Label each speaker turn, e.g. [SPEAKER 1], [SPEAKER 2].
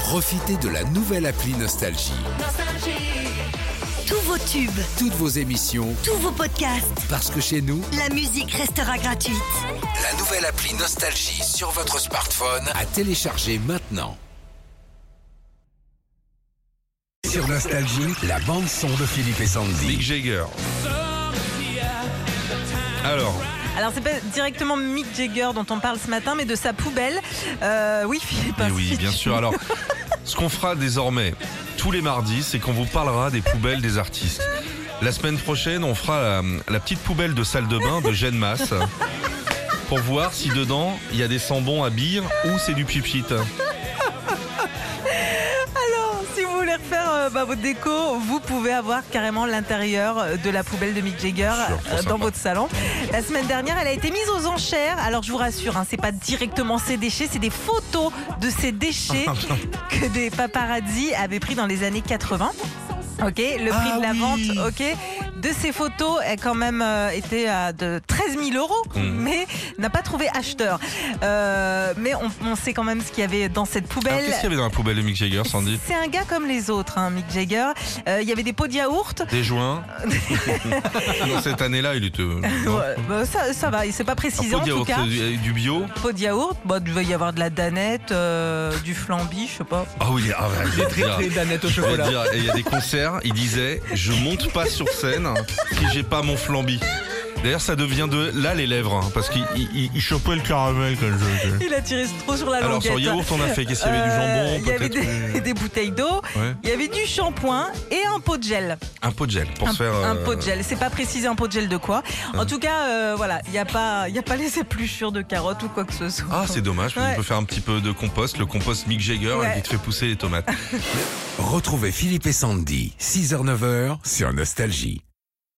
[SPEAKER 1] Profitez de la nouvelle appli Nostalgie.
[SPEAKER 2] Tous vos tubes,
[SPEAKER 1] Toutes vos émissions,
[SPEAKER 2] tous vos podcasts,
[SPEAKER 1] parce que chez nous,
[SPEAKER 2] la musique restera gratuite.
[SPEAKER 1] la nouvelle appli Nostalgie sur votre smartphone à télécharger maintenant. Sur Nostalgie, la bande son de Philippe et
[SPEAKER 3] Mick
[SPEAKER 1] Sandy.
[SPEAKER 3] Jagger. Alors,
[SPEAKER 4] Alors c'est pas directement Mick Jagger dont on parle ce matin, mais de sa poubelle. Euh, oui, Philippe.
[SPEAKER 3] eh oui,
[SPEAKER 4] ainsi
[SPEAKER 3] bien
[SPEAKER 4] tu-
[SPEAKER 3] sûr. Alors, ce qu'on fera désormais tous les mardis, c'est qu'on vous parlera des poubelles des artistes. La semaine prochaine, on fera la, la petite poubelle de salle de bain de Gêne Masse pour voir si dedans il y a des sambons à bire ou c'est du pipit.
[SPEAKER 4] Alors, si vous voulez refaire euh, bah, votre déco, vous pouvez avoir carrément l'intérieur euh, de la poubelle de Mick Jagger
[SPEAKER 3] Sûr, trop
[SPEAKER 4] euh,
[SPEAKER 3] sympa.
[SPEAKER 4] dans votre salon. La semaine dernière, elle a été mise aux enchères. Alors je vous rassure, hein, c'est pas directement ses déchets, c'est des photos de ces déchets
[SPEAKER 3] Ah,
[SPEAKER 4] que des paparazzi avaient pris dans les années 80. Ok, le prix
[SPEAKER 3] Ah
[SPEAKER 4] de la
[SPEAKER 3] oui.
[SPEAKER 4] vente, ok, de ces photos a quand même euh, été à de 13 000 euros,
[SPEAKER 3] Mm.
[SPEAKER 4] mais n'a pas trouvé acheteur. Euh, mais on, on sait quand même ce qu'il y avait dans cette
[SPEAKER 3] Alors,
[SPEAKER 4] poubelle.
[SPEAKER 3] qu'est-ce qu'il y avait dans la poubelle de Mick Jagger, Sandy
[SPEAKER 4] C'est un gars comme les autres, hein, Mick Jagger. Euh, Il y avait des pots de yaourt.
[SPEAKER 3] Des joints Non, cette année-là, il était. non.
[SPEAKER 4] Ouais, bah, ça, ça va, il s'est pas précisé
[SPEAKER 3] Un pot
[SPEAKER 4] en
[SPEAKER 3] de
[SPEAKER 4] tout
[SPEAKER 3] yaourt,
[SPEAKER 4] cas.
[SPEAKER 3] euh, du bio.
[SPEAKER 4] Pot de yaourt, bah, il va y avoir de la danette, euh, du flambi, je sais pas.
[SPEAKER 3] Ah oui, ah, ouais, je vais te dire.
[SPEAKER 5] Danette au
[SPEAKER 3] Je vais te dire, il y a des concerts, il disait Je monte pas sur scène si j'ai pas mon flambi. D'ailleurs, ça devient de là les lèvres, hein, parce qu'il il, il- il chopait le caramel quand je.
[SPEAKER 4] Il a tiré trop sur la
[SPEAKER 3] Alors,
[SPEAKER 4] languette.
[SPEAKER 3] sur yaourt, on a fait qu'est-ce qu'il y
[SPEAKER 4] Euh,
[SPEAKER 3] avait du
[SPEAKER 4] Il y
[SPEAKER 3] jambon,
[SPEAKER 4] avait
[SPEAKER 3] peut-être
[SPEAKER 4] des,
[SPEAKER 3] euh,
[SPEAKER 4] des bouteilles d'eau,
[SPEAKER 3] ouais.
[SPEAKER 4] il y avait du shampoing et un pot de gel.
[SPEAKER 3] Un pot de gel pour
[SPEAKER 4] un,
[SPEAKER 3] se faire.
[SPEAKER 4] un
[SPEAKER 3] euh,
[SPEAKER 4] pot de gel. C'est pas précisé un pot de gel de quoi. En tout cas, euh, voilà, il n'y a, pas- il y a pas les épluchures de carottes ou quoi que ce soit.
[SPEAKER 3] Ah, c'est dommage,
[SPEAKER 4] Ouais.
[SPEAKER 3] on peut faire un petit peu de compost, le compost Mick Jagger,
[SPEAKER 4] Ouais.
[SPEAKER 3] qui te fait pousser les tomates.
[SPEAKER 1] Retrouvez Philippe et Sandy, 6h-9h sur Nostalgie.